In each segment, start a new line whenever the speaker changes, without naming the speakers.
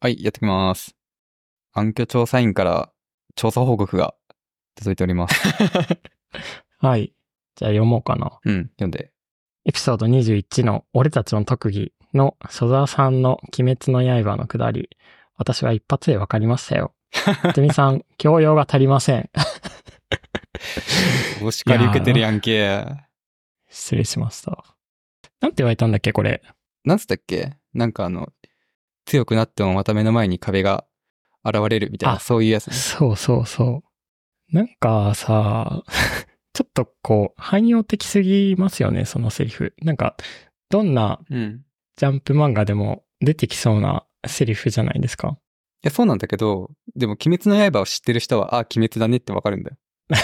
はい、やってきます。暗挙調査員から調査報告が届いております。
はい。じゃあ読もうかな。
うん、読んで。
エピソード21の俺たちの特技の所沢さんの鬼滅の刃のくだり。私は一発でわかりましたよ。つみ さん、教養が足りません。
お叱り受けてるやんけ。
失礼しました。なんて言われたんだっけ、これ。
なんつったっけなんかあの、強くなってもまた目の前に壁が現れるみたいな、そういうやつ、ね、
そうそうそう。なんかさ、 ちょっとこう、汎用的すぎますよね、そのセリフ。なんか、どんなジャンプ漫画でも出てきそうなセリフじゃないですか。うん、い
や、そうなんだけど、でも、鬼滅の刃を知ってる人は、あ、鬼滅だねってわかるんだよ。
い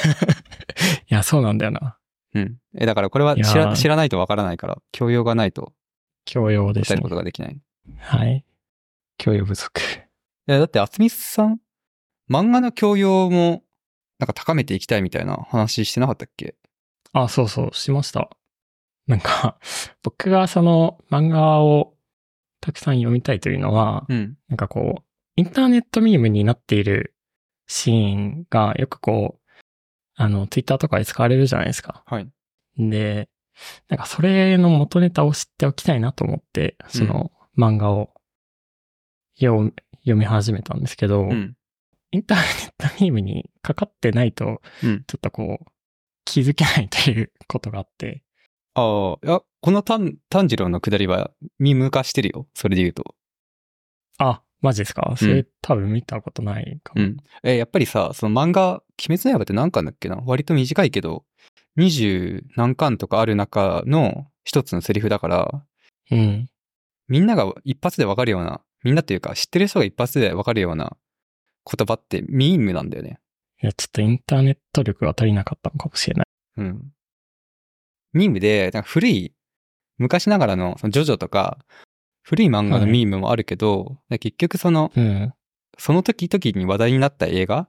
や、そうなんだよな。
うん。え、だからこれは知ら知らないとわからないから、教養がないと。
教養ですね。
ることができない。
はい。教養不足。
いや、だって、厚光さん、漫画の教養も、なんか高めていきたいみたいな話してなかったっけ
あ、そうそう、しました。なんか、僕がその漫画をたくさん読みたいというのは、
うん、
なんかこう、インターネットミームになっているシーンがよくこう、あの、ツイッターとかで使われるじゃないですか。
はい。
で、なんかそれの元ネタを知っておきたいなと思って、その漫画を読み始めたんですけど、
うん
インターネットミームにかかってないと、ちょっとこう、気づけないということがあって。
うん、ああ、いや、この炭治郎のくだりは、ミーム化してるよ。それで言うと。。
あ、マジですかそれ、うん、多分見たことないかも。うん
え、やっぱりさ、その漫画、鬼滅の刃って何巻だっけな割と短いけど、二十何巻とかある中の一つのセリフだから、
うん。
みんなが一発でわかるような、みんなというか知ってる人が一発でわかるような言葉ってミームなんだよね。
いや、ちょっとインターネット力が足りなかったのかもしれない。
うん。ミームで、なんか古い、昔ながらの、そのジョジョとか、古い漫画のミームもあるけど、はい、結局その、
うん、
その時々に話題になった映画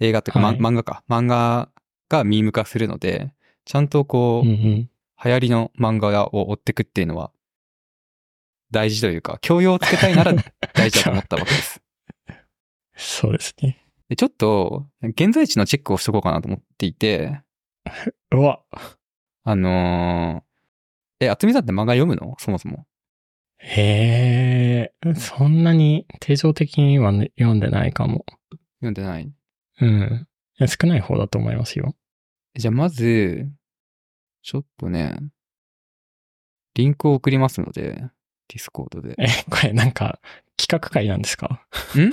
映画というか、はい、漫画か。漫画がミーム化するので、ちゃんとこう、
うんうん、
流行りの漫画を追ってくっていうのは、大事というか、教養をつけたいなら大事だと思ったわけです。
そうですね。
で、ちょっと、現在地のチェックをしとこうかなと思っていて。
うわ。
あのー、え、厚みさんって漫画読むのそもそも。
へえ、そんなに定常的には、ね、読んでないかも。
読んでない
うん。少ない方だと思いますよ。
じゃあまず、ちょっとね、リンクを送りますので、ディスコードで。
え、これなんか、企画会なんですか
ん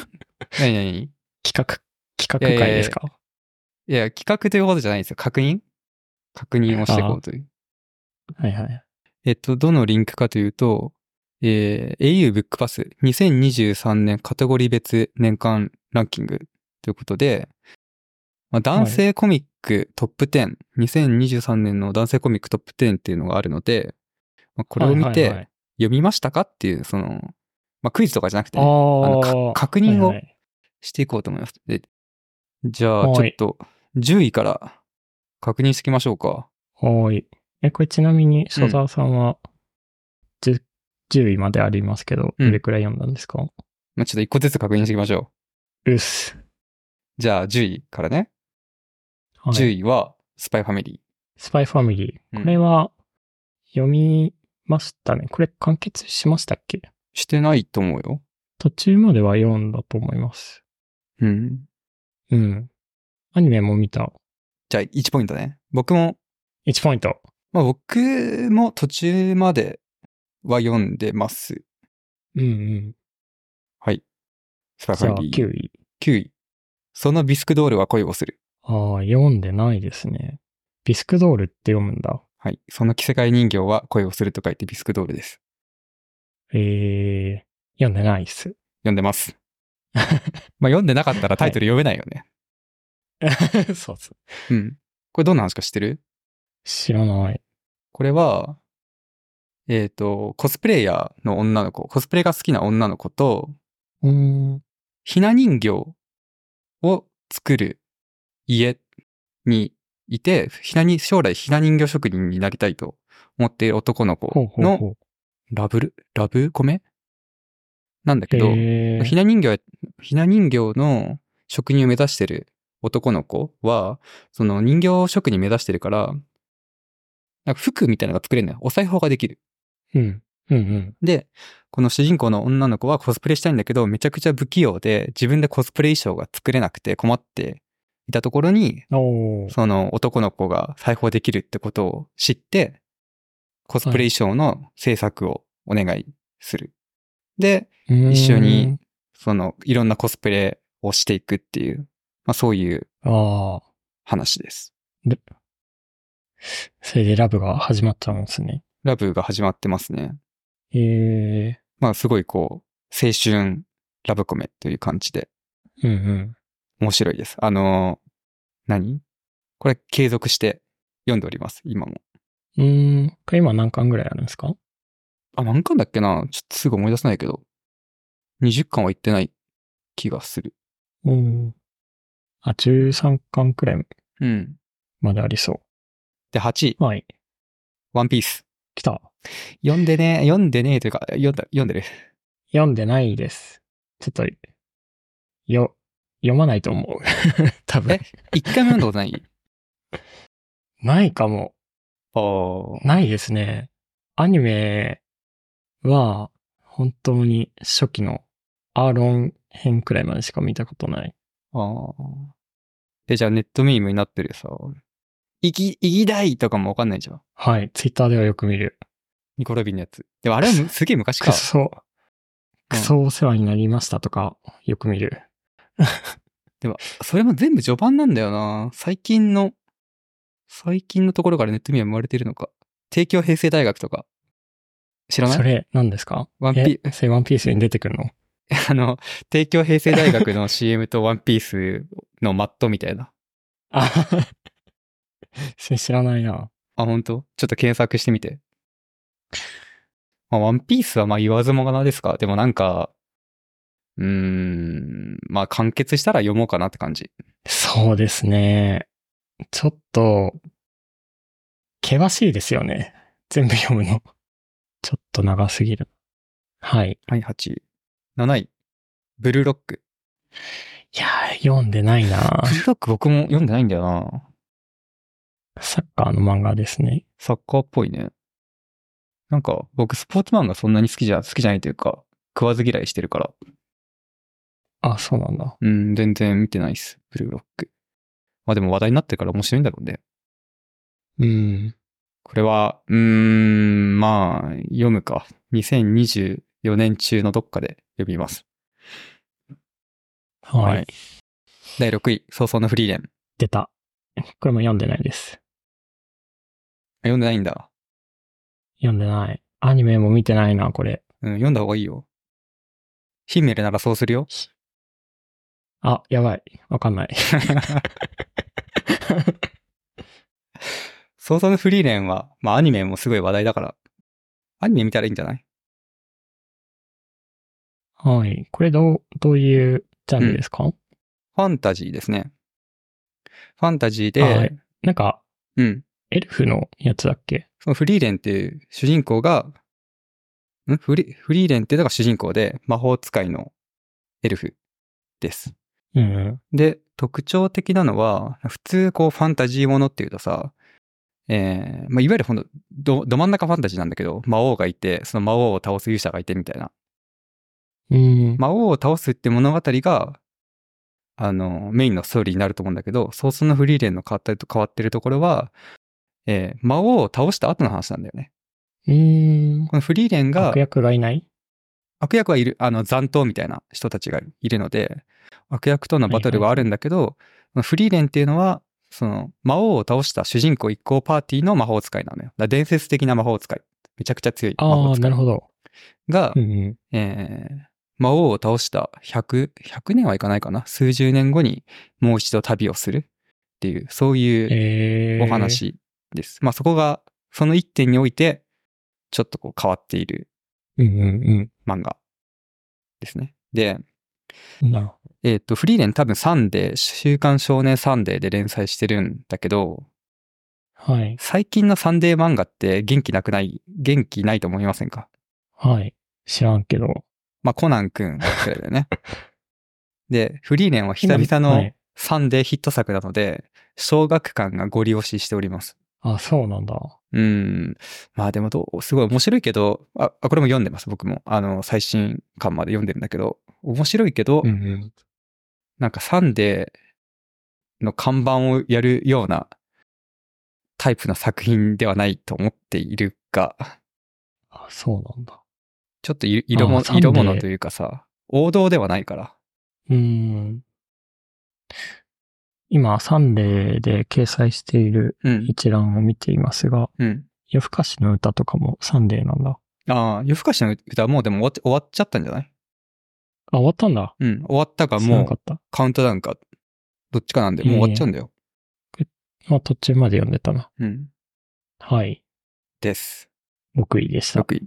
何何
企画、企画会ですか
いや企画ということじゃないんですよ。確認確認をしていこうという。
はいはい。
えっと、どのリンクかというと、えー、au ブックパス2023年カテゴリー別年間ランキングということで、まあ、男性コミックトップ10、はい、2023年の男性コミックトップ10っていうのがあるので、まあ、これを見て、読みましたかっていう、その、まあ、クイズとかじゃなくて、ね、あの確認をしていこうと思います。はいはい、でじゃあ、ちょっと10位から確認していきましょうか。
はい。え、これちなみに、所沢さんは 10,、うん、10位までありますけど、どれくらい読んだんですか、うん、
まあ、ちょっと1個ずつ確認していきましょ
う。うっす。
じゃあ、10位からね。はい、10位は、スパイファミリ
ー。スパイファミリー。これは、読みましたね。うん、これ完結しましたっけ
してないと思うよ。
途中までは読んだと思います。
うん。
うん。アニメも見た。
じゃあ1ポイントね。僕も。
1ポイント。
まあ僕も途中までは読んでます。
うんうん。
はい。スパイファミ
リー。9位。
9位。そのビスクドールは恋をする。
ああ、読んでないですね。ビスクドールって読むんだ。
はい。その着せ替え人形は恋をすると書いてビスクドールです。
えー、読んでないっす。
読んでます。 まあ読んでなかったらタイトル読めないよね。
はい、 そうっす。
うん。これどんな話か知ってる
知らない。
これは、えっ、ー、と、コスプレイヤーの女の子、コスプレが好きな女の子と、
うん。
ひな人形を作る家にいて、ひなに、将来ひな人形職人になりたいと思っている男の子の
ほうほうほう
ラブル、ラブコメなんだけど、
へ
ひな人形、ひな人形の職人を目指してる男の子は、その人形職人目指してるから、なんか服みたいなのが作れるのよ。お裁縫ができる。
え。うん。うんうん。
で、この主人公の女の子はコスプレしたいんだけど、めちゃくちゃ不器用で、自分でコスプレ衣装が作れなくて困っていたところに、
おー
その男の子が裁縫できるってことを知って、コスプレ衣装の制作をお願いする。で、
うーん
一緒に。その、いろんなコスプレをしていくっていう、まあそういう
ああ。
話です。
それでラブが始まっちゃうんですね。
ラブが始まってますね。
ええ
まあすごいこう、青春ラブコメという感じで
うんうん。
面白いです。あのー何これ継続して読んでおります、今も。
うーん。これ今何巻ぐらいあるんですか
あ、何巻だっけなちょっとすぐ思い出せないけど。20巻は言ってない気がする。
うん。あ、13巻くらい
うん。
までありそ
で、8位、
う。はい。
ワンピース。
来た。
読んでね、読んでねというか、読んだ、読んでる。
読んでないです。ちょっと、よ、読まないと思う。 多分
え。一回も読んだこと ない
ないかも。
あー
ないですね。アニメは、本当に初期のアーロン編くらいまでしか見たことない。
あー。え、じゃあネットミームになってるさ、いき、いきだいとかもわかんないじゃん。
はい。ツイッターではよく見る。
ニコラビンのやつ。でもあれはむすげえ昔
ク
か。
ソ、クソお世話になりましたとか、よく見る。
でも、それも全部序盤なんだよな。最近の、最近のところからネットミームは生まれてるのか。帝京平成大学とか。知らない
それ、何ですか
ワンピー
えそれワンピースに出てくるの
あの、帝京平成大学の CM とワンピースのマットみたいな。
あ それ知らないな。
あ、本当？ちょっと検索してみて。まあ、ワンピースはまあ言わずもがなですか。でもなんか、うーん、まあ完結したら読もうかなって感じ。
そうですね。ちょっと、険しいですよね。全部読むの。ちょっと長すぎる。はい。
はい、8位。7位。ブルーロック。
いやー、読んでない な
ブルーロック僕も読んでないんだよな。
サッカーの漫画ですね。
サッカーっぽいね。なんか僕スポーツ漫画そんなに好きじゃ、好きじゃないというか、食わず嫌いしてるから。
あ、そうなんだ。
うん、全然見てないっす。ブルーロック。まあでも話題になってるから面白いんだろうね。
うん。
これは、うーん、まあ、読むか。2024年中のどっかで読みます。
はい。
はい第6位、早々のフリーレン。
出た。これも読んでないです。
読んでないんだ。
読んでない。アニメも見てないな、これ。
うん、読んだ方がいいよ。ヒンメルならそうするよ。
あ、やばい。わかんない。
早々のフリーレンは、まあアニメもすごい話題だから、アニメ見たらいいんじゃない
はい。これどう、どういうジャンルですか、
ファンタジーですね。ファンタジーで、
はいなんか、
うん。
エルフのやつだっけ
そのフリーレンっていう主人公が、んフリフリーレンっていうのが主人公で、魔法使いのエルフです。
うん。
で、特徴的なのは、普通こうファンタジーものっていうとさ、えーまあ、いわゆるほんとど、ど真ん中ファンタジーなんだけど、魔王がいて、その魔王を倒す勇者がいてみたいな。
うん。
魔王を倒すって物語が、あの、メインのストーリーになると思うんだけど、ソースのフリーレンの変わったりと変わってるところは、えー魔王を倒した後の話なんだよね。
うん。
このフリーレンが
悪、役がいない
悪役はいる、あの、残党みたいな人たちがいるので、悪役とのバトルはあるんだけど、そのフリーレンっていうのは、その、魔王を倒した主人公一行パーティーの魔法使いなのよ。だから伝説的な魔法使い。めちゃくちゃ強い魔
あ
法
あ、
使
ないるほど。
が、
うんうん。
えー魔王を倒した100、100年はいかないかな。数十年後にもう一度旅をするっていう、そういう
ええ
お。話です。まあそこが、その一点において、ちょっとこう変わっている
うんうん
漫画ですね。で、
うん。なるほど。
えっ、と、フリーレン多分サンデー、週刊少年サンデーで連載してるんだけど、
はい。
最近のサンデー漫画って元気なくない、元気ないと思いませんか
はい。知らんけど。
まあ、コナンくんくらいだよ ね。で、フリーレンは久々
今は
の
い
3でヒット作なので、小学館がゴリ押ししております。
あ、そうなんだ。
うん。まあでもどう、すごい面白いけど、あ、あこれも読んでます、僕も。あの、最新刊まで読んでるんだけど、面白いけど、
ん。
なんかサンデーの看板をやるようなタイプの作品ではないと思っているが、
あ、そうなんだ。
ちょっとい色
あ
も
サンデ
色
ー
物というかさ、王道ではないから。
うーん。今、サンデーで掲載している
うん。
一覧を見ていますが、
うん。
夜更かしの歌とかもサンデーなんだ。
ああ、夜更かしの歌はもうでも終わっ終わっちゃったんじゃない
あ、終わったんだ。
うん。終わったか
知ら
も
なか
う
った。
カウントダウンか、どっちかなんで、もう終わっちゃうんだよ。
まあ、途中まで読んでたな。
うん。
はい。
です。
6位でした。
6位。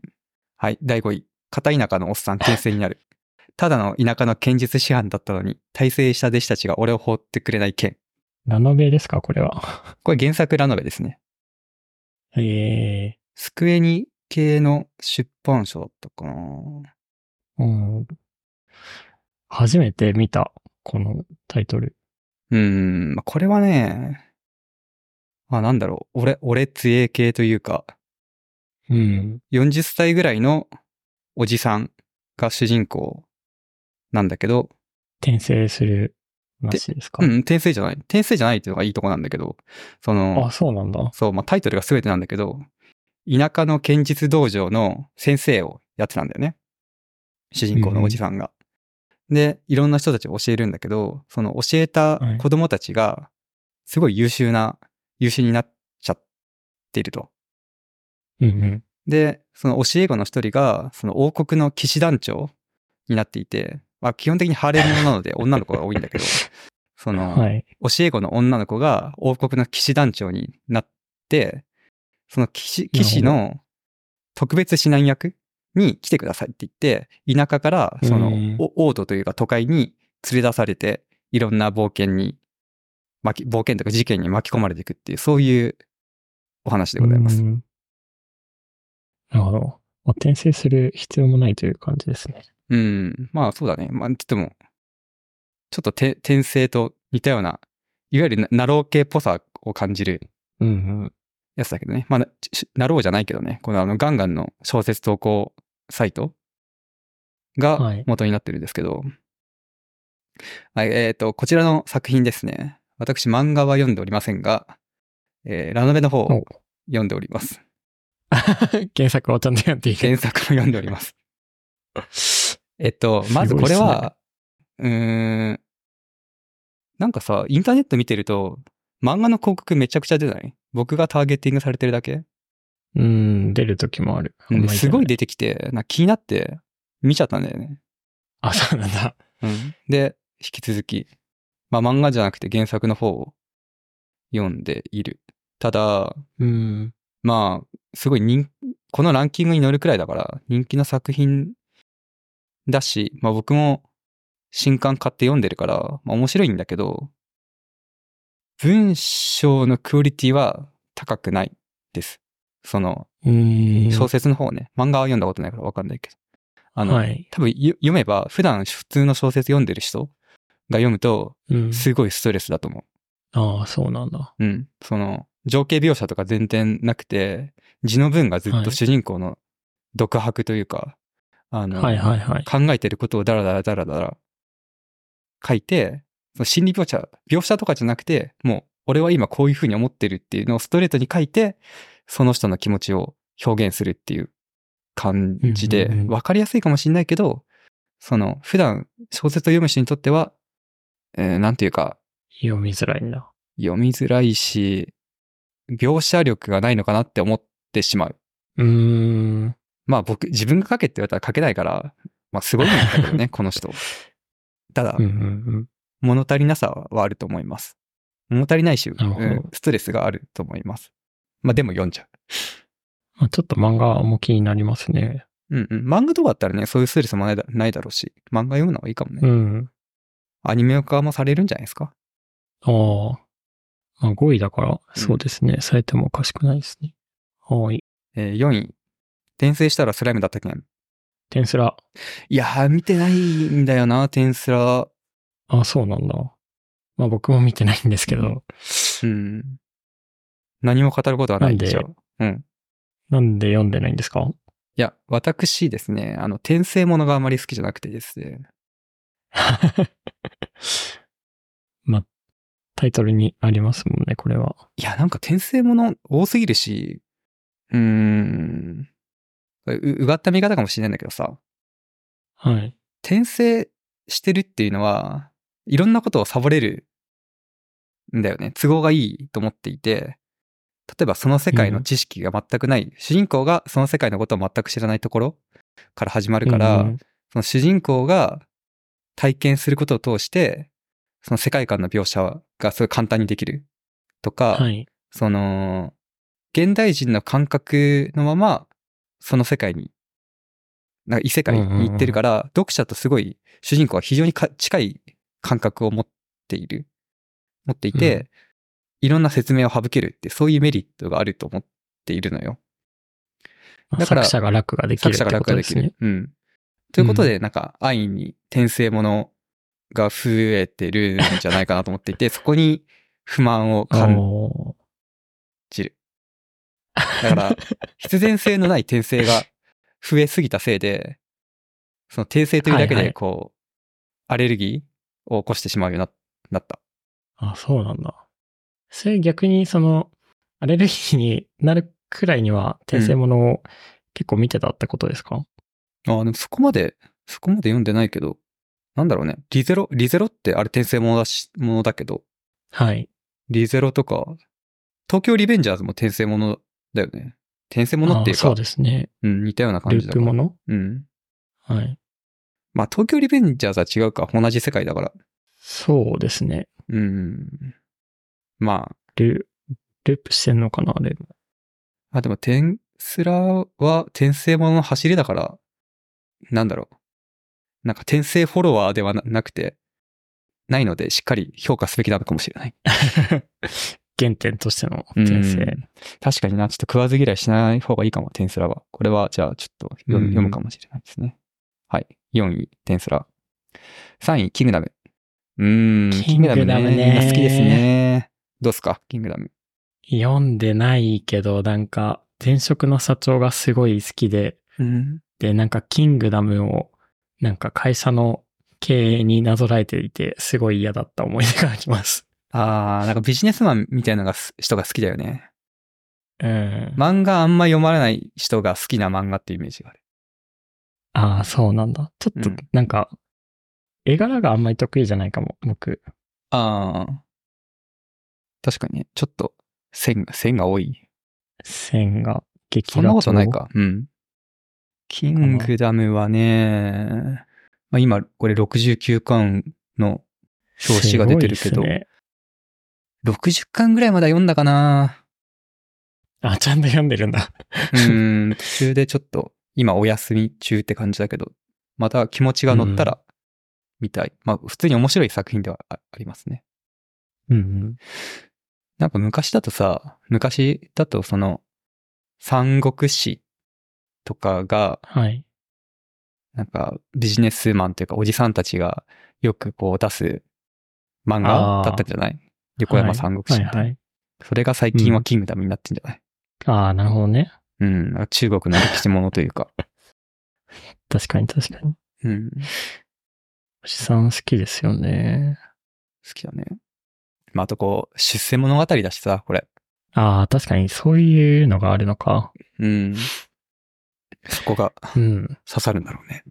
はい、第5位。片田舎のおっさん、牽制になる。ただの田舎の剣術師範だったのに、大成した弟子たちが俺を放ってくれない剣。
ラノベですか、これは。
これ原作ラノベですね。
ええ
スクエニ系の出版社だったかな
うん。初めて見た、このタイトル。
うーん、まあこれはね、まあなんだろう、俺、俺杖系というか、
うん。
40歳ぐらいのおじさんが主人公なんだけど、
転生する話ですか
う。ん、転生じゃない。転生じゃないっていうのがいいとこなんだけど、その、
あ、そうなんだ。
そう、まあ、タイトルが全てなんだけど、田舎の剣術道場の先生をやってたんだよね。主人公のおじさんが。で、いろんな人たちを教えるんだけど、その教えた子供たちが、すごい優秀な、優秀になっちゃっていると。
うんうん。
で、その教え子の一人が、その王国の騎士団長になっていて、まあ、基本的にハーレムものなので女の子が多いん だけど、その、
はい。
教え子の女の子が王国の騎士団長になって、その騎士騎士の特別指南役に来てくださいって言って、田舎からその
うん
お王都というか都会に連れ出されて、いろんな冒険に巻き、冒険とか事件に巻き込まれていくっていう、そういうお話でございます
う。んなるほど。まあ、転生する必要もないという感じですね。
うん。まあそうだね。まあ、でも、ちょっとて転生と似たような、いわゆるなナロー系っぽさを感じる
うんうん。
やつだけどね。まあ、なしなろうじゃないけどね。このあの、ガンガンの小説投稿サイト
は
が
い
元になってるんですけど。はい、えっ、と、こちらの作品ですね。私、漫画は読んでおりませんが、えーラノベの方
お
を読んでおります。
原作をちゃんとやってい
原
る。
作も読んでおります。えっと、まずこれは、うーん、なんかさ、インターネット見てると、漫画の広告めちゃくちゃ出ない僕がターゲティングされてるだけ
うん、出る時もある。あんまり
すごい
出な
出てきて、なんか気になって見ちゃったんだよね。
あ、そうなんだ。
で、引き続き、まあ漫画じゃなくて原作の方を読んでいる。ただ、
うん。
まあ、すごい人、このランキングに乗るくらいだから、人気の作品だし、まあ僕も新刊買って読んでるから、まあ面白いんだけど、文章のクオリティは高くないです。その、
うん。
小説の方ね、漫画は読んだことないから分かんないけど。あの、
はい。
多分よ読めば、普段普通の小説読んでる人が読むと、
うん。
すごいストレスだと思
ああ、そうなんだ。
う。うん。その、情景描写とか全然なくて、字の文がずっ
は
と
い
主人公の独白というか、あの、
はいはいはい。
考えてることをダラダラダラダラ書いて、その心理描写、描写とかじゃなくて、もう、俺は今こういうふうに思ってるっていうのをストレートに書いて、その人の気持ちを表現するっていう感じで
うんうんう、ん
わかりやすいかもしれないけど、その、普段小説を読む人にとっては、えーなんていうか、
読みづらいんだ。
読みづらいし、描写力がないのかなって思ってしまう。
うーん。
まあ僕、自分が書けって言われたら書けないから、まあすごいんだけど ね、この人。ただ
うんう、ん
物足りなさはあると思います。物足りないし、
なるほど
うんストレスがあると思います。まあでも読んじゃ
まあ、ちょっと漫画も気になりますね。
う。うんうん。漫画とかだったらね、そういうストレスもないだないだろうし、漫画読むのはいいかもね。
うん。
アニメ化もされるんじゃないですか。
ああ。まあ、5位だから、そうですね。冴えてもおかしくないですね。はい。
えー4位。転生したらスライムだったけん。
テンスラ。
いやー、見てないんだよな、テンスラ。
あ、そうなんだ。まあ僕も見てないんですけど。
うん。何も語ることはないでしょう。うん。
なんで読んでないんですか
いや、私ですね、あの、転生ものがあまり好きじゃなくてですね。
まあ、タイトルにありますもんね、これは。
いや、なんか転生もの多すぎるし、うーん。う、うがった見方かもしれないんだけどさ、
はい。
転生してるっていうのは、いろんなことをサボれるんだよね。都合がいいと思っていて、例えばその世界の知識が全くない、主人公がその世界のことを全く知らないところから始まるから、
うん
その主人公が体験することを通して、その世界観の描写がすごい簡単にできるとか、
はい。
その、現代人の感覚のまま、その世界に、なんか異世界に行ってるから、読者とすごい、主人公は非常にか近い感覚を持っている、持っていて、
う
いろんな説明を省けるって、そういうメリットがあると思っているのよ。
まあ
だから
作者が楽ができる
作
って
者が
こ
楽がで
とで
き
す
る。
ね。
うん。ということで、なんか、安易に転生ものが増えてるんじゃないかなと思ってい て、そこに不満を感
お
じる。だから、必然性のない転生が増えすぎたせいで、その転生というだけ
はいは
で、
い
こう、アレルギーを起こしてしまうようにななった。
ーあ、そうなんだ。それ逆にその、アレルギーになるくらいには、転生ものを結構見てたってことですか、
ああ、でもそこまで、そこまで読んでないけど、なんだろうね。リゼロ、リゼロってあれ転生ものだし、ものだけど、
はい。
リゼロとか、東京リベンジャーズも転生ものだよね。転生ものっていう
あーそ
か
う、ですね。
うん、似たような感
ル
じ
ー
だ
プ
から。
もの
うん。
はい。
まあ、東京リベンジャーズは違うか、同じ世界だから。
そうですね。
うん。ま
ル、ループしてんのかなあれ。
あ、あ、でも、テンスラは転生ものの走りだから、なんだろう。なんか転生フォロワーではななくて、ないので、しっかり評価すべきなのかもしれない。
原点としての転
う
生。
ん確かにな、ちょっと食わず嫌いしない方がいいかも、テンスラは。これは、じゃあ、ちょっと読む,、
うん
読むかもしれないですね。はい。4位、テンスラ。3位、キングダム。うーん、
キングダムね
みんな好きですね。どうっすか、キングダム。
読んでないけど、なんか、前職の社長がすごい好きで、
うん。
で、なんか、キングダムを、なんか会社の経営になぞらえていて、すごい嫌だった思い出があります。
あー、なんかビジネスマンみたいなのがす人が好きだよね。
うん。
漫画あんま読まれない人が好きな漫画っていうイメージがある。
ああ、そうなんだ。ちょっと
うん、
なんか、絵柄があんまり得意じゃないかも、僕。
あー。確かにね、ちょっと、線が、線が多い。
線が激
そんなことない。か。うん。キングダムはね、まあ、今、これ69巻の表紙が出てるけ
す
ど、
ごいっすね
60巻ぐらいまでは読んだかな
あ、ちゃんと読んでるん だ。
うーん、 途中でちょっと、今お休み中って感じだけど、また気持ちが乗ったら、見たい。まあ、普通に面白い作品ではあありますね。
うんうん。
なんか昔だとさ、昔だとその、三国志とかが、
はい。
なんかビジネスマンというかおじさんたちがよくこう出す漫画
あー
だったじゃない横山三国志みたいな、
はいはいはい。
それが最近
う
は
ん
キングダムになってんじゃない、
ああ、なるほどね。
うん、なんか中国の歴史ものという か。
確かに確かに。
うん。
おじさん好きですよね。
好きだね。まあ、あとこう、出世物語だしさ、これ。
ああ、確かにそういうのがあるのか。
うん。そこが
うん。
刺さるんだろうね。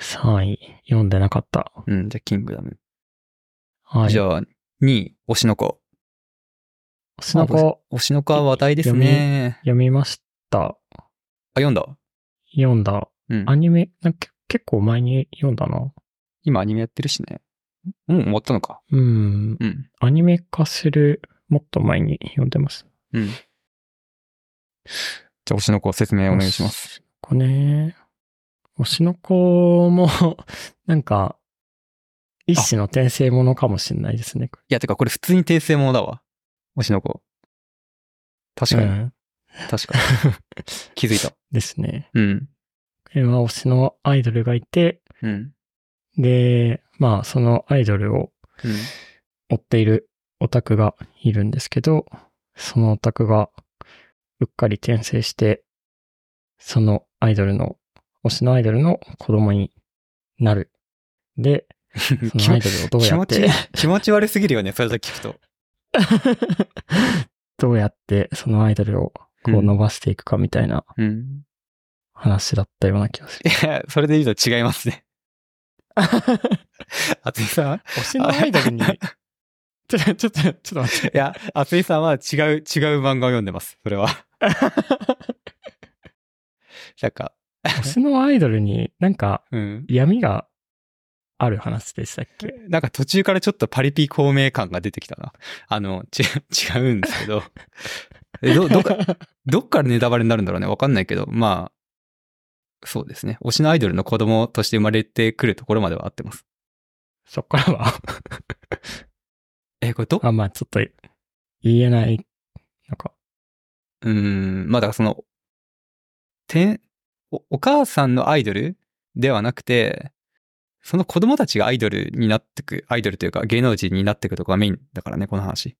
3位、読んでなかった。
うん、じゃあキングダム。
はい。
じゃあ、2位、推しの子。
その子、
推しの子は話題ですね。
読みました。
あ、読んだ。
読んだ。
うん
ア。ニメ、なんか結構前に読んだな。
今アニメやってるしね。もう終わったのか。
うん。
うん。
アニメ化する、もっと前に読んでます。
うん。じゃあ、推しの子説明お願いします。
す。これね、推しの子も、 なんか、一種の転生ものかもしれないですね。
いや、てかこれ普通に訂正ものだわ。推しの子。確かに、
うん
確かに。気づいた。
ですね。
うん。
れは推しのアイドルがいて、
うん。
で、まあそのアイドルを
うん。
追っているオタクがいるんですけど、そのオタクがうっかり転生して、そのアイドルの、推しのアイドルの子供になる。で、 そのアイドルをどうやっ
気持
て、
ち、気持ち悪すぎるよね、それだけ聞くと。
どうやってそのアイドルをこう伸ばしていくかみたいな
うん。
話だったような気がする。
いや、それで言うと違いますね。 厚井さん
推しのアイド ルに、ちょ、ちょ、ちょ、ちょっと待っ
い
て。
や、厚井さんは違う、違う漫画を読んでます、それ は。なんか、
推しのアイドルになんか
うん。
闇がある話でしたっけ
なんか途中からちょっとパリピ孔明感が出てきたな。あの、ち、 違うんですけど。えど、どっか、 どっからネタバレになるんだろうね。わかんないけど、まあ、そうですね。推しのアイドルの子供として生まれてくるところまでは合ってます。
そっからは、
え、これど、
あ、まあちょっと言えない、なんか、
うーん、まあだからその、てんお、お母さんのアイドルではなくて、その子供たちがアイドルになってく、アイドルというか芸能人になってくとこがメインだからね、この話。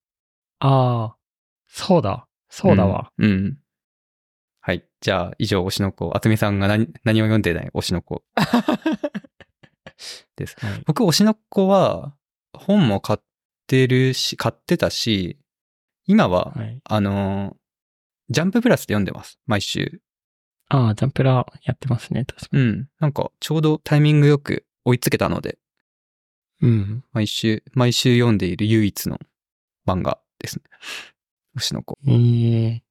ああ、そうだ、そうだわ。
うん。うん。はい。じゃあ、以上、推しの子。あつみさんが何何を読んでない推しの子。です。
はい
僕、推しの子は、本も買ってるし、買ってたし、今は、
はい、
あのージャンププラスで読んでます。毎週。
ああ、ジャンプラやってますね、確か
うん。なんか、ちょうどタイミングよく追いつけたので、
に。うん。
毎週、毎週読んでいる唯一の漫画ですね。星の子。
えー、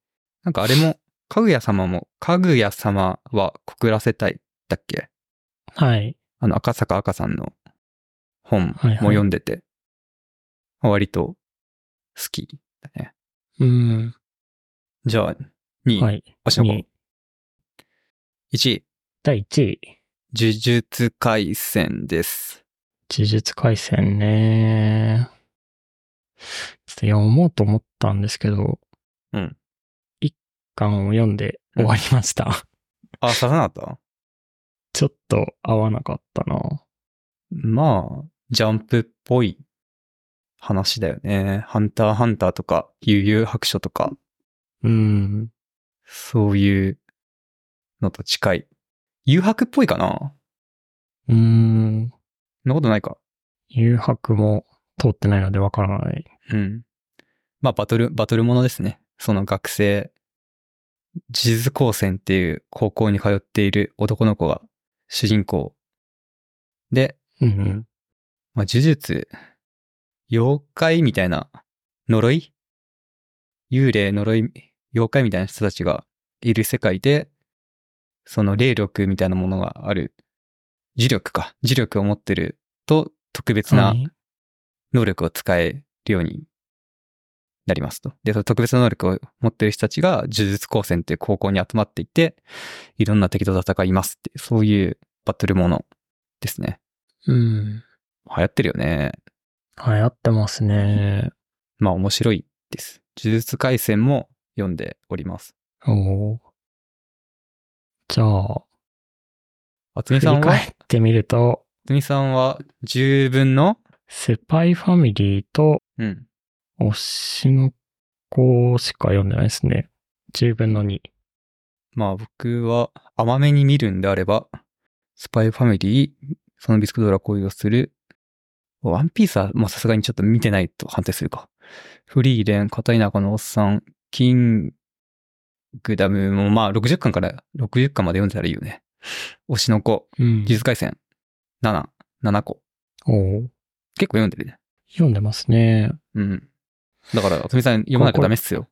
なんかあれも、かぐや様も、かぐや様は告らせたいだっけ
はい。
あの、赤坂赤さんの本も
はいはい
読んでて、割と好きだね。
うん。
じゃあ、2位、
はい。
星の
に
子。1位、
第1位、
呪術廻戦です。
呪術廻戦ね。ちょっと読もうと思ったんですけど、
うん。
一巻を読んで終わりました。
あ、刺さなかった
ちょっと合わなかったな。
まあ、ジャンプっぽい話だよね。ハンターハンターとか、悠々白書とか、
うん。
そういうのと近い。誘白っぽいかな
うん。
そんなことないか。
誘白も通ってないのでわからない。
うん。まあ、バトル、バトルものですね。その学生、地図高専っていう高校に通っている男の子が主人公。で、
うん。
まあ、呪術、妖怪みたいな、呪い幽霊、呪い、妖怪みたいな人たちがいる世界で、その霊力みたいなものがある、呪力か、呪力を持ってると特別な
はい
能力を使えるようになりますと。で、その特別な能力を持ってる人たちが呪術高専っていう高校に集まっていて、いろんな敵と戦いますっていう、そういうバトルものですね。
うん。
流行ってるよね。
流行ってますね。
まあ面白いです。呪術廻戦も読んでおります。
おお。じゃあ、
厚
振
みさ
り
んは、
返
厚
ってみると、
みさんは10分の
スパイファミリーと
うん。
推しの子しか読んでないですね。10分の2。
まあ僕は甘めに見るんであれば、スパイファミリー、そのビスクドラ恋をする、ワンピースはもうさすがにちょっと見てないと判定するか。フリーレン、片田舎のおっさん、キングダムもまあ60巻から60巻まで読んでたらいいよね。推しの子、
うん
呪術廻戦、7、7個。
おお。
結構読んでるね。
読んでますね。
うん。だから、富さん読まなきゃダメっすよ。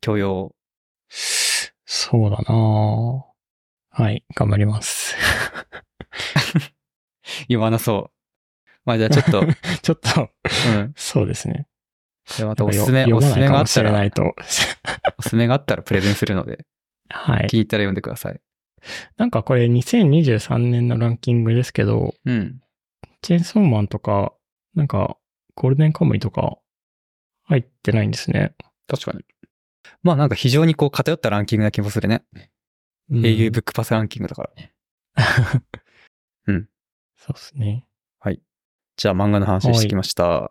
教養。
そうだなぁはい、頑張ります。
読まなそう。まあじゃあちょっと、う
ちょっと、
ん。
そうですね。
じゃあまたおすすめ、
読
お
ま
すす
ない
め
か
があ
も
った
しれな
ら、
いと。
おすすめがあったらプレゼンするの で、
はい。
聞いたら読んでください。
なんかこれ2023年のランキングですけど、
うん。
チェーンソーマンとか、なんかゴールデンカムイとか入ってないんですね。
確かに。まあなんか非常にこう偏ったランキングな気もするね。
うん
英雄ブックパスランキングだから。うん。
そうですね。
じゃあ漫画の話してきました。あ